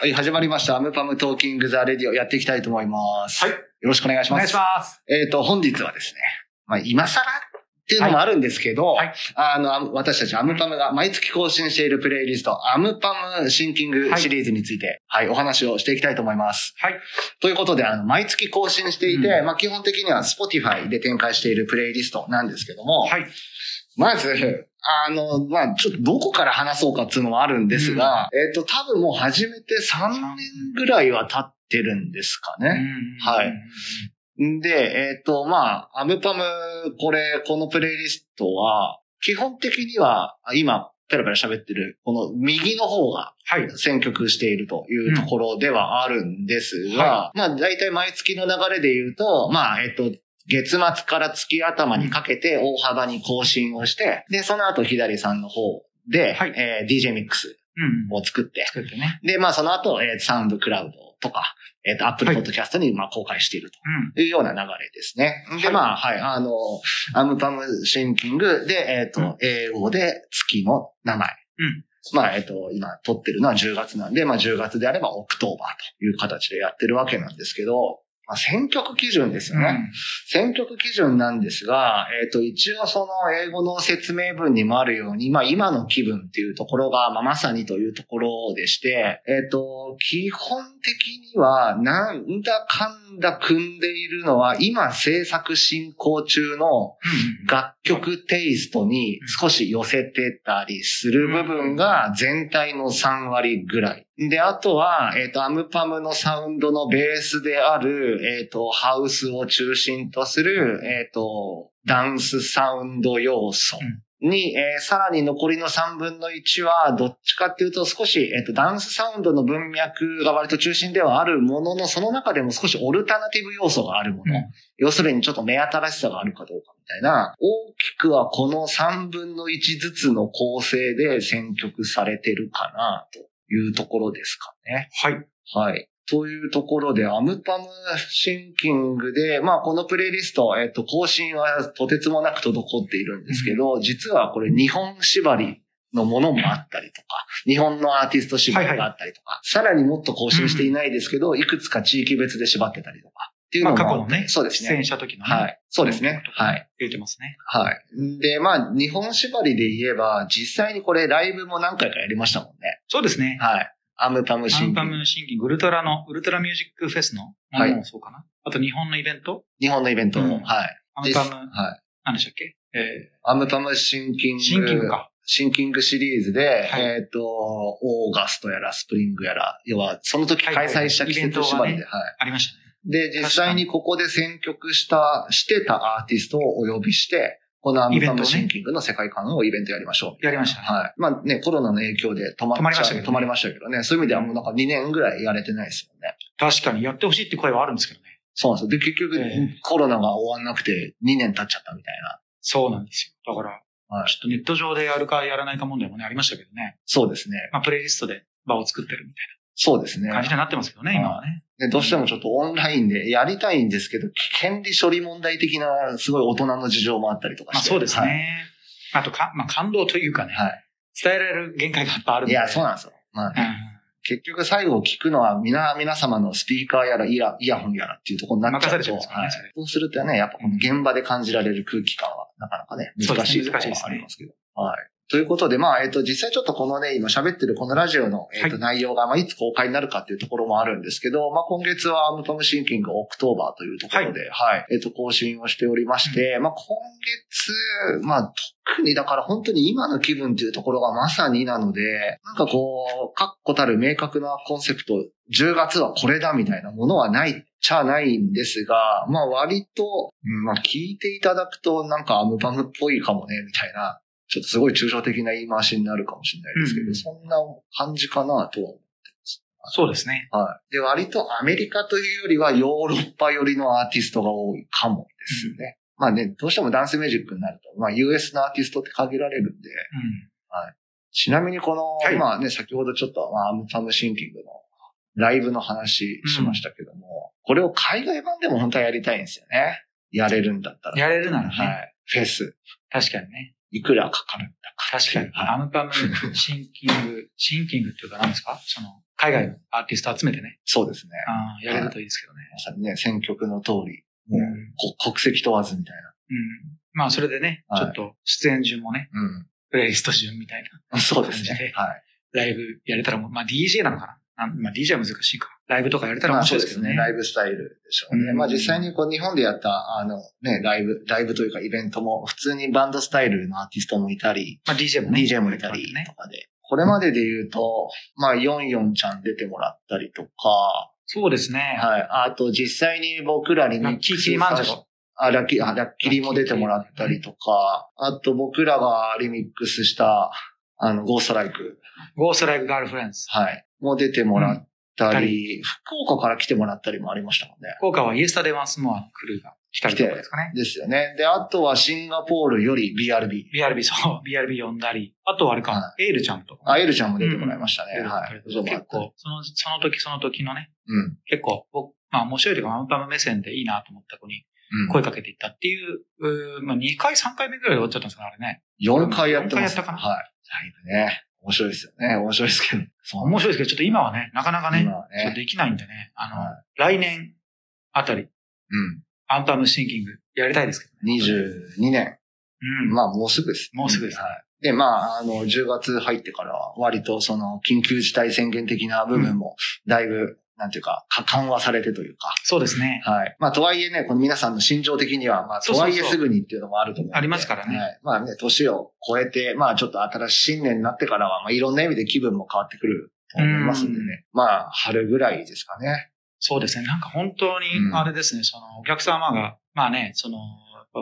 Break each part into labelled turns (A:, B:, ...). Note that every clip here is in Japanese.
A: はい、始まりました。アムパムトーキングザレディオやっていきたいと思います。
B: はい
A: よろしくお願いし
B: お
A: ます。
B: 願いします。
A: えっ、と、本日はですね、まあ、今更っていうのもあるんですけど、
B: はいはい
A: あのあの、私たちアムパムが毎月更新しているプレイリスト、アムパムシンキングシリーズについて、はい、お話をしていきたいと思います。
B: はい。
A: ということで、あの、毎月更新していて、
B: うん
A: まあ、基本的には Spotify で展開しているプレイリストなんですけども、
B: はい。
A: まず、あの、まあ、ちょっとどこから話そうかっていうのもあるんですが、えっ、と、多分もう始めて3年ぐらいは経ってるんですかね。はいんで、えっ、と、まあ、アムパム、これ、このプレイリストは、基本的には、あ今、ペラペラ喋ってる、この右の方が
B: はい。
A: 選曲しているというところではあるんですが、まあ、大体毎月の流れで言うと、まあ、えっ、と、月末から月頭にかけて大幅に更新をして、で、その後、左さんの方で、
B: はい
A: えー DJ ミックス
B: うん。
A: を作って、
B: 作ってね。
A: で、まあ、その後、えーサウンドクラウドとか、えっ、と、Apple
B: はい
A: Podcast に、まあ、公開していると。
B: うん。
A: というような流れですね。で、
B: はい
A: まあ、はい、あの、アムパムシンキングで、えっ、と、
B: うん
A: 英語で月の名前。
B: うん
A: まあ、えっ、と、今撮ってるのは10月なんで、まあ10月であればオクトーバーという形でやってるわけなんですけど、まあ、選曲基準ですよね。選曲基準なんですが、えっ、と、一応その英語の説明文にもあるように、まあ今の気分っていうところが、まあまさにというところでして、えっ、と、基本的には、なんだかんだ組んでいるのは、今制作進行中の
B: うん。
A: 楽曲テイストに少し寄せてたりする部分が全体の3割ぐらい。で、あとは、えっ、と、アムパムのサウンドのベースである、えっ、と、ハウスを中心とする、えっ、と、ダンスサウンド要素。に、えーさらに残りの3分の1は、どっちかっていうと少し、えっ、と、ダンスサウンドの文脈が割と中心ではあるものの、その中でも少しオルタナティブ要素があるもの。
B: うん
A: 要するにちょっと目新しさがあるかどうかみたいな、大きくはこの3分の1ずつの構成で選曲されてるかな、というところですかね。
B: はい。
A: はい。というところで、アムパムシンキングで、まあこのプレイリスト、えっと、更新はとてつもなく滞っているんですけど、実はこれ日本縛りのものもあったりとか、日本のアーティスト縛りがあったりとか、さらにもっと更新していないですけど、いくつか地域別で縛ってたりとか、っていうの
B: まあ、
A: も、
B: 過去のね、
A: そうです
B: 出
A: ね
B: 演。した時のね。
A: はい。そうですね。はい。。
B: 言ってますね。
A: はい。で、まあ、日本縛りで言えば、実際にこれライブも何回かやりましたもんね。
B: そうですね。
A: はい。アムパム
B: ア
A: シン
B: ン
A: キ
B: パ
A: ング
B: ムシンキング、ウルトラの、ウルトラミュージックフェスのも
A: はい
B: のもそうかな。あと日本のイベント
A: 日本のイベント
B: う
A: も。
B: ん
A: はい。
B: アン
A: です
B: パム、
A: はい。
B: 何でしたっけえ
A: アムパムシンキン
B: ー
A: グ。
B: シンキングか。
A: シンキングシリーズで、
B: はい
A: えっ、と、オーガストやらスプリングやら、要はその時
B: はいはい
A: 開
B: はい
A: 催した季節縛りで、
B: イベント
A: はい。
B: ありましたね。
A: で、実際にここで選曲した、してたアーティストをお呼びして、このアム
B: イベ
A: パ
B: ント
A: ム
B: ね
A: シンキングの世界観をイベントやりましょう。
B: やりましたね。
A: はい。まあね、コロナの影響で止まっ
B: 止まりましたけどね
A: 止まりましたけどね。そういう意味ではもうなんか2年ぐらいやれてないですもんね。
B: 確かにやってほしいって声はあるんですけどね。
A: そうなんですよ。で、結局、
B: ええ
A: コロナが終わんなくて2年経っちゃったみたいな。
B: そうなんですよ。だから、
A: はい
B: ちょっとネット上でやるかやらないか問題もね、ありましたけどね。
A: そうですね。
B: まあ、プレイリストで場を作ってるみたい
A: そうですね
B: な。感じになってますけどね、
A: はい
B: 今はね。
A: でどうしてもちょっとオンラインでやりたいんですけど、権利処理問題的なすごい大人の事情もあったりとか
B: まあ、
A: して。
B: そうですね。あとか、まあ、感動というかね、
A: はい。は
B: 伝えられる限界がやっぱあるの
A: い。い
B: で。
A: や、そう
B: う
A: なんですよ。まあ、
B: ん
A: 結局最後聞くのは皆、皆様のスピーカーやらイヤイヤホンやらっていうところになっちゃう
B: 任されち
A: と、
B: ゃうんですかね
A: はい
B: それ
A: そうするとね、やっぱこの現場で感じられる空気感はなかなかね、
B: そうで
A: 難
B: す
A: し
B: ね
A: いところ
B: 難しいです
A: はあ
B: ね
A: りますけど。はい。ということで、まあ、えっ、と、実際ちょっとこのね、今喋ってるこのラジオの、えっ、と、内容が、まあ、いつ公開になるかっていうところもあるんですけど、まあ、今月はアムトムシンキングオクトーバーというところで、はい、えっ、と、更新をしておりまして、まあ、今月、まあ、特にだから本当に今の気分っていうところがまさになので、なんかこう、確固たる明確なコンセプト、10月はこれだみたいなものはないっちゃないんですが、まあ割と、うんまあ聞いていただくとなんかアムパムっぽいかもね、みたいな、ちょっとすごい抽象的な言い回しになるかもしれないですけど、
B: うん
A: そんな感じかなとは
B: そうですね。
A: はい。で、割とアメリカというよりはヨーロッパ寄りのアーティストが多いかもですね。まあね、どうしてもダンスミュージックになると、まあ US のアーティストって限られるんで、
B: うん。
A: ちなみにこの、
B: はい
A: まあね、先ほどちょっと、まあ、アムパムシンキングのライブの話しましたけども、これを海外版でも本当はやりたいんですよね。やれるんだったら。
B: やれるならね、
A: はい。フェス。
B: 確かにね。
A: いくらかかるんだか。
B: 確かに。
A: は
B: アム パム、シンキング、シンキングっていうか何ですかその、海外のアーティスト集めてね、
A: そうですね。
B: あーやれるといいですけどね。
A: まさにね、選曲の通り、も
B: う。
A: うんこ国籍問わずみたい
B: うんまあ、それでね、
A: はい
B: ちょっと出演順もね、
A: な。
B: プレイリスト順みたいな、
A: うん。 そうです
B: 感じで
A: ね。はい。
B: ライブやれたらもう、まあ DJ なのかな。なんまあ DJ は難しいか。ライブとかやれたら
A: ま
B: 面
A: あそ
B: 白
A: う
B: い
A: で
B: ですけ
A: す
B: どね。
A: ね。ライブスタイルでしょうね。
B: うん
A: まあ実際にこう日本でやった、あのね、ライブ、ライブというかイベントも普通にバンドスタイルのアーティストもいたり、
B: まあ DJ もね。
A: DJ もいたり
B: ね
A: と。かで。これまでで言うと、まあ、ヨンヨンちゃん出てもらったりとか、
B: そうですね。
A: はい。あと、実際に僕らに
B: ラッキーキリマンジャロ。
A: あ、ラッキー、あラッキリも出てもらったりとか、あと僕らがリミックスした、あの、ゴーストライク、
B: ゴーストライクガールフレンズ。
A: はい。も出てもらったり、福岡から来てもらったりもありましたもんね。
B: 福岡はイエスタデイワンスモアのクルーが来たりとかですかね。
A: ですよね。で、あとはシンガポールより BRB。
B: BRB、そう、BRB 呼んだり。あとはあれか
A: は、
B: エールちゃんとか。
A: あ、エルちゃんも出てもらいましたね。
B: エールちゃん
A: は
B: と
A: い。
B: か結構、その、その時その時のね、
A: うん。うん。
B: 結構、僕、まあ面白いというか、アンパム目線でいいなと思った子に声かけていったっていう、うーまあ2回、3回目ぐらいで終わっちゃったんですかね、あれね。
A: 4回やってます。
B: 四回やったかな
A: はい。ライブね。面白いですよね。面白いですけど。そ
B: 面白いですけど、ちょっと今はね、なかなかね、
A: 今はね
B: ちょっとできないんでね、あの、
A: は
B: 来年あたり、
A: う
B: アンパムシンキングやりたいですけど
A: ん。
B: ね。
A: 22年。
B: うん。
A: まあ、もうすぐです。
B: もうすぐです
A: はい。で、まあ、あの、10月入ってからは、割とその、緊急事態宣言的な部分も、だいぶ、なんていうか、か緩和されてというか。
B: そうですね。
A: はい。まあ、とはいえね、この皆さんの心情的には、まあ、と
B: そうそう
A: は
B: そう
A: いえすぐにっていうのもあると思うんで
B: ありますからね
A: はい。まあね、年を超えて、まあ、ちょっと新しい新年になってからは、まあ、いろんな意味で気分も変わってくると思いますんで
B: うん
A: ね。まあ、春ぐらいですかね。
B: そうですね。なんか本当に
A: う、ん
B: あれですね、その、お客様が、まあね、その、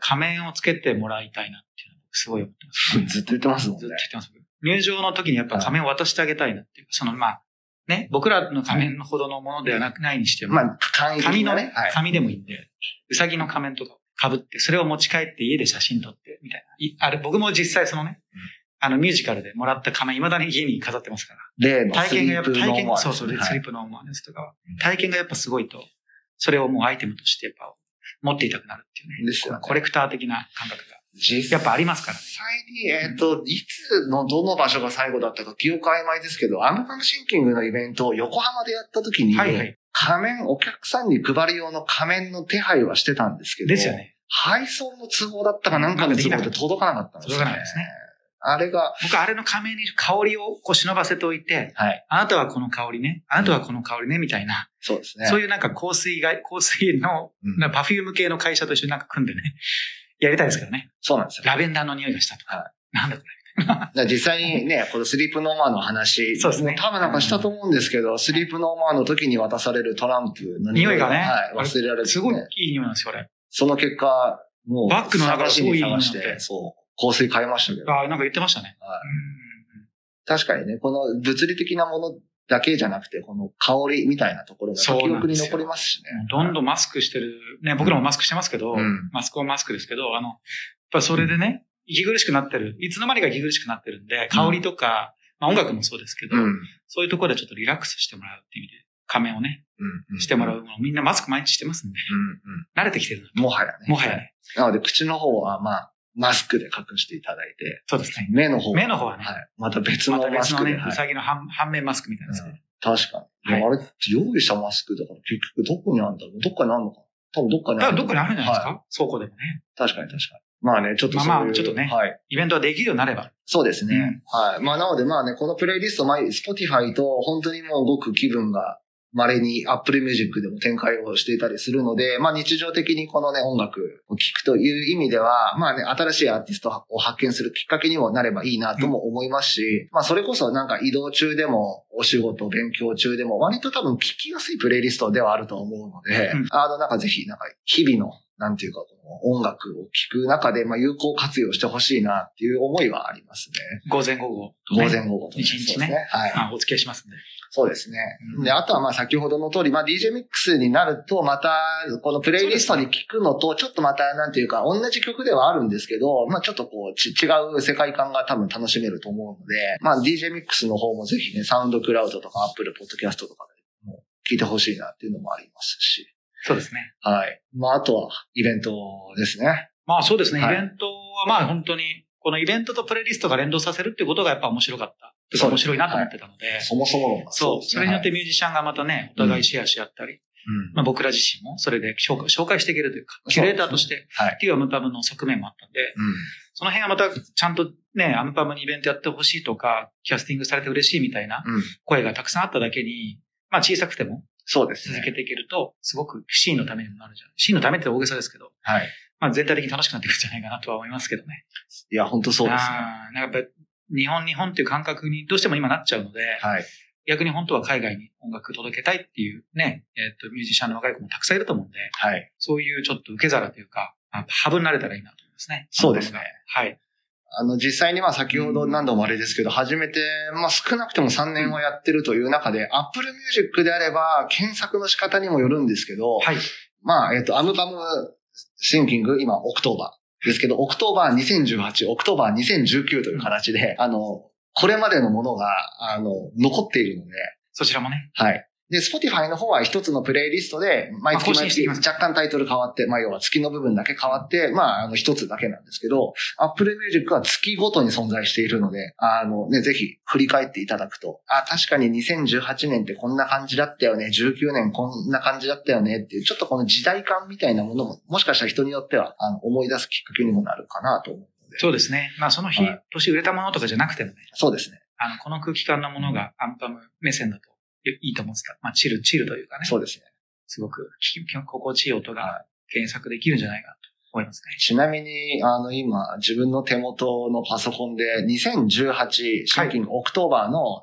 B: 仮面をつけてもらいたいなっていうのはすごい思ってます、
A: ずっと言ってますもん
B: ず
A: ね
B: っと。言ってます。入場の時にやっぱ仮面を渡してあげたいなっていうか、その、まあ、ね、僕らの仮面ほどのものではなくないにしても、
A: まあ、簡易
B: 紙
A: 的
B: の
A: な
B: ね
A: ね。はい、。
B: 紙でもいいんで、うさぎの仮面とか被って、それを持ち帰って家で写真撮って、みたいな。いあれ、僕も実際そのね
A: うん、
B: あのミュージカルでもらった仮面、未だに家に飾ってますから。
A: 例の
B: 体
A: ス
B: 験
A: リ
B: がや
A: ー
B: っぱ、
A: プ
B: 体
A: ノ
B: 験
A: モア
B: そうそう、
A: で
B: ス
A: すね
B: リープノーマーですとかは
A: うん。
B: 体験がやっぱすごいと、それをもうアイテムとしてやっぱ持っていたくなるっていうね。
A: ですよね
B: コレクター的な感覚が。
A: 実
B: やっぱありますからね。
A: 際に、えっ、と、いつのどの場所が最後だったか記憶曖昧ですけど、アムパムシンキングのイベントを横浜でやった時に、
B: はいはい。
A: 仮面、お客さんに配る用の仮面の手配はしてたんですけど、
B: ですよね。
A: 配送の都合だったかなんかの都合で届かなかったんですよね。
B: 届かなかったですね
A: あれが、
B: 僕あれの仮面に香りをこう忍ばせておいて、
A: はい。
B: あなたはこの香りね、あなたはこの香りね、みたいな。
A: そうですね。
B: そういうなんか香水が、香水の、
A: うん
B: なパフューム系の会社と一緒になんか組んでね、やりたいですけどね。
A: そうなんですよ。
B: ラベンダーの匂いがしたとか。
A: は
B: なんだこれ。
A: だから実際にね、このスリープノーマーの話、
B: そうですね
A: も多分なんかしたと思うんですけど、スリープノーマーの時に渡されるトランプの匂い
B: 匂いがね
A: はい、忘れられて、ね、
B: すごいいい匂いなんですよ、あれ。
A: その結果、もう、
B: バッグの中
A: 探
B: がす
A: し
B: ごい
A: に
B: いい匂
A: 探
B: いに
A: し
B: なって
A: て、そう、香水買いましたけど、
B: ああ、なんか言ってましたね。
A: は
B: うん
A: 確かにね、この物理的なものだけじゃなくて、この香りみたいなところが
B: そう
A: 記
B: なん
A: 憶
B: で
A: に
B: すよ
A: 残りますしね。
B: どんどんマスクしてる、ね、僕らもマスクしてますけど、
A: うん
B: マスクはマスクですけど、あの、やっぱそれでね、息苦しくなってる。いつの間にか息苦しくなってるんで、香りとか、まあ音楽もそうですけど、
A: うん。
B: そういうところでちょっとリラックスしてもらうっていう意味で、仮面をね、
A: うん。
B: してもら
A: う
B: う。もうみんなマスク毎日してますんで、
A: ん。うん
B: 慣れてきてるの。
A: うん。もはやね。
B: もはや。ね。
A: なので、口の方は、まあ、マスクで隠していただいて、
B: そうですね。
A: 目の方は
B: 目の方はね、
A: はい。また別
B: ま
A: の
B: た
A: マ
B: 別
A: ス
B: の
A: クで。
B: ね、
A: は
B: う
A: い
B: さぎの半半面マスクみたいなやつ、
A: うん確かに。
B: は
A: で
B: い
A: もあれって用意したマスクだから結局どこにあるんだろうどっかにあるのかな多分どっかに
B: 多
A: あ
B: 分
A: る。
B: どっかにあるんじゃないですか、
A: は
B: 倉庫でもね。
A: 確かに確かに。まあね、ちょっとそういう。
B: まあまあちょっとね
A: はい。
B: イベントができるようになれば。
A: そうですね。
B: うん
A: はい。まあなのでまあね、このプレイリスト、毎 Spotify と本当にもうごく気分が稀に Apple Music でも展開をしていたりするので、まあ日常的にこのね、音楽を聴くという意味では、まあね、新しいアーティストを発見するきっかけにもなればいいなとも思いますし、まあそれこそなんか移動中でも、お仕事、勉強中でも、割と多分聴きやすいプレイリストではあると思うので、
B: うん
A: あの、なんかぜひ、なんか日々の、なんていうか、この音楽を聴く中で、まあ有効活用してほしいなっていう思いはありますね。
B: 午前午後、
A: 午前午後と、
B: 一日
A: そ
B: ね
A: うですはい。
B: あお付き合いしますんで。
A: そうですね
B: うん。
A: で、あとはまあ先ほどの通り、まあ DJ ミックスになると、また、このプレイリストに聞くのと、ちょっとまた、なんていうか、同じ曲ではあるんですけど、まあちょっとこう、ち違う世界観が多分楽しめると思うので、まあ DJ ミックスの方もぜひね、サウンドクラウドとか Apple ポッドキャストとかでも聞いてほしいなっていうのもありますし、
B: そうですね。
A: はい。まああとは、イベントですね。
B: まあそうですね、
A: はい
B: イベントはまあ本当に、このイベントとプレイリストが連動させるっていうことがやっぱ面白かった。てか
A: そうです
B: 面白いなと思ってたので。
A: そもそも論が
B: そう。それによって
A: はい
B: ミュージシャンがまたね、お互いシェアし合ったり、
A: うん
B: まあ僕ら自身もそれで紹介紹介していけるというか、キュレーターとして
A: はい
B: っ。ていうアムパムの側面もあったんで、
A: うん。
B: その辺はまたちゃんとね、アムパムにイベントやってほしいとか、キャスティングされて嬉しいみたいな
A: うん。
B: 声がたくさんあっただけに、まあ小さくても
A: そうです
B: 続
A: ね。
B: けていけると、すごくシーンのためにもなるじゃん。シーンのためって大げさですけど、
A: はい。
B: まあ全体的に楽しくなっていくんじゃないかなとは思いますけどね。
A: いや、本当そうですね。
B: あーなんかやっぱ日本日本っていう感覚にどうしても今なっちゃうので、
A: はい。
B: 逆に本当は海外に音楽届けたいっていうね、えっ、と、ミュージシャンの若い子もたくさんいると思うんで、
A: はい。
B: そういうちょっと受け皿というか、あハブになれたらいいなと思いますね。
A: そうですね。
B: はい。
A: あの、実際にまあ先ほど何度もあれですけど、初めて、まあ少なくとも3年はやってるという中で、Apple Music であれば、検索の仕方にもよるんですけど、
B: はい。
A: まあ、えっと、アムバム、シンキング、今、オクトーバーですけど、オクトーバー2018、オクトーバー2019という形で、あの、これまでのものが、あの、残っているので、
B: そちらもね。
A: はい。で、Spotify の方は一つのプレイリストで、毎
B: あ更
A: 月
B: 新
A: 毎
B: してい
A: 月
B: きます
A: 若干タイトル変わって、まあ要は月の部分だけ変わって、まああの一つだけなんですけど、Apple Music は月ごとに存在しているので、あのね、ぜひ振り返っていただくと、あ、確かに2018年ってこんな感じだったよね、19年こんな感じだったよねっていう、ちょっとこの時代感みたいなものも、もしかしたら人によってはあの思い出すきっかけにもなるかなと思うので。
B: そうですね。まあその日、
A: はい
B: 年売れたものとかじゃなくてもね、
A: そうですね。
B: あの、この空気感のものがアンパム目線だといいと思ってた。まあチル、チルというかね、
A: そうですね。
B: すごく聞き心地いい音が検索できるんじゃないかなと思いますね。
A: ちなみに、あの、今、自分の手元のパソコンで、2018シンキングオクトーバーの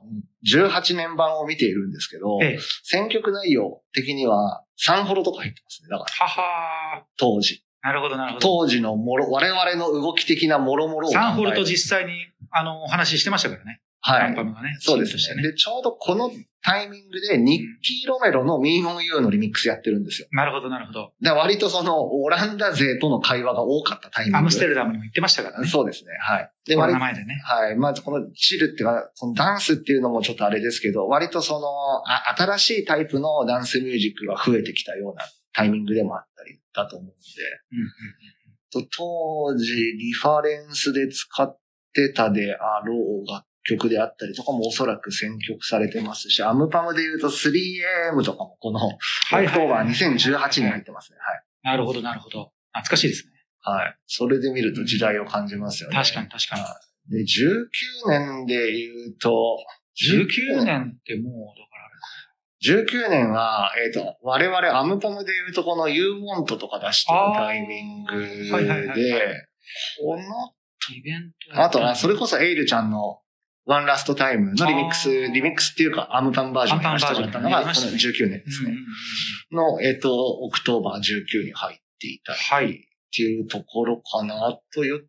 A: 18年版を見ているんですけど、
B: ええ。
A: 選曲内容的には3ほどとか入ってますね。だから、
B: はは
A: 当時。
B: ー。なるほど、なるほど。
A: 当時のもろ、我々の動き的なもろもろを考え
B: サンホールと実際に、あの、お話ししてましたからね。
A: は
B: アン
A: い
B: パ。ムがね。
A: そうです
B: チームとして
A: ね。で、ちょうどこのタイミングで、ニッキー・ロメロのミーモン・ユーのリミックスやってるんですよ。
B: なるほど、なるほど。
A: だから割とその、オランダ勢との会話が多かったタイミング。
B: アムステルダムにも行ってましたからね。
A: そうですね。はい。で、
B: この
A: 割と
B: 名前でね。
A: はい。まず、このチルっていうか、そのダンスっていうのもちょっとあれですけど、割とその、あ新しいタイプのダンスミュージックが増えてきたようなタイミングでもあったりだと思うん
B: うんうん
A: で、と当時、リファレンスで使ってたであろう楽曲であったりとかもおそらく選曲されてますし、アムパムで言うと 3AM とかもこの、
B: は
A: はいい、
B: はい
A: は2018に入ってますね。
B: なるほど、なるほど。懐かしいですね。
A: はい。はい。それで見ると時代を感じますよね。
B: 確かに確かに。
A: に。で、19年で言うと、
B: 19年ってもう、だからあれか、
A: 19年は、えっ、と、我々アムパムで言うとこの u モントとか出してるタイミング
B: あーはいはいはいは
A: で、この、
B: イベント
A: あとはそれこそエイルちゃんのワンラストタイムのリミック
B: あ
A: ス、
B: ー
A: リミックスっていうかアムパムバージョン
B: アム
A: 出し
B: パ
A: て
B: ム
A: もら
B: バージョン
A: ったのが
B: やりま
A: こ
B: した
A: の
B: ね
A: 19年
B: で
A: ですね。の、えっ、と、オクトーバー19に入っていたり
B: はい。
A: っていうところかな。あとよく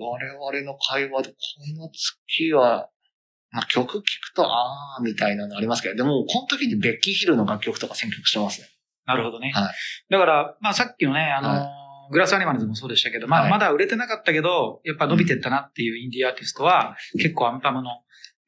A: 我々の会話で、この月は、まあ、曲聴くと、あーみたいなのありますけど、でも、この時にベッキーヒルの楽曲とか選曲してますね。
B: なるほどね。
A: はい
B: だから、まあさっきのね、あのー
A: は
B: グラスアニマルズもそうでしたけど、ま
A: は
B: あ
A: い
B: まだ売れてなかったけど、やっぱ伸びてったなっていうインディーアーティストは、結構アンパムの、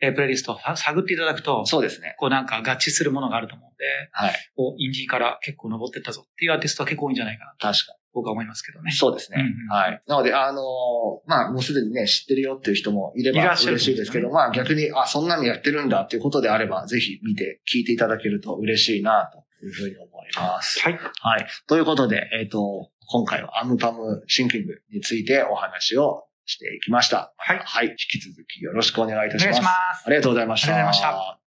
B: えープレイリストをさ探っていただくと、
A: そうですね。
B: こうなんか合致するものがあると思うんで、
A: はい。
B: こうインディーから結構登ってったぞっていうアーティストは結構多いんじゃないかなと
A: 確か
B: 僕は思いますけどね
A: に。。そうですね。
B: うんうん
A: はい。なので、あのーまあ、もうすでにね、知ってるよっていう人もいれ
B: いら
A: ば
B: っしゃる
A: 嬉しいですけど、まあ、逆に、あ、そんなのやってるんだっていうことであれば、ぜひ見て、聞いていただけると嬉しいな、というふうに思います。
B: はい。
A: はい。ということで、えっ、と、今回はアムパムシンキングについてお話をしていきました。
B: はい
A: はい。引き続きよろしくお願いい
B: お
A: たし
B: 願
A: ま
B: い
A: す。
B: します
A: あ。りがとうございました。
B: ありがとうございました。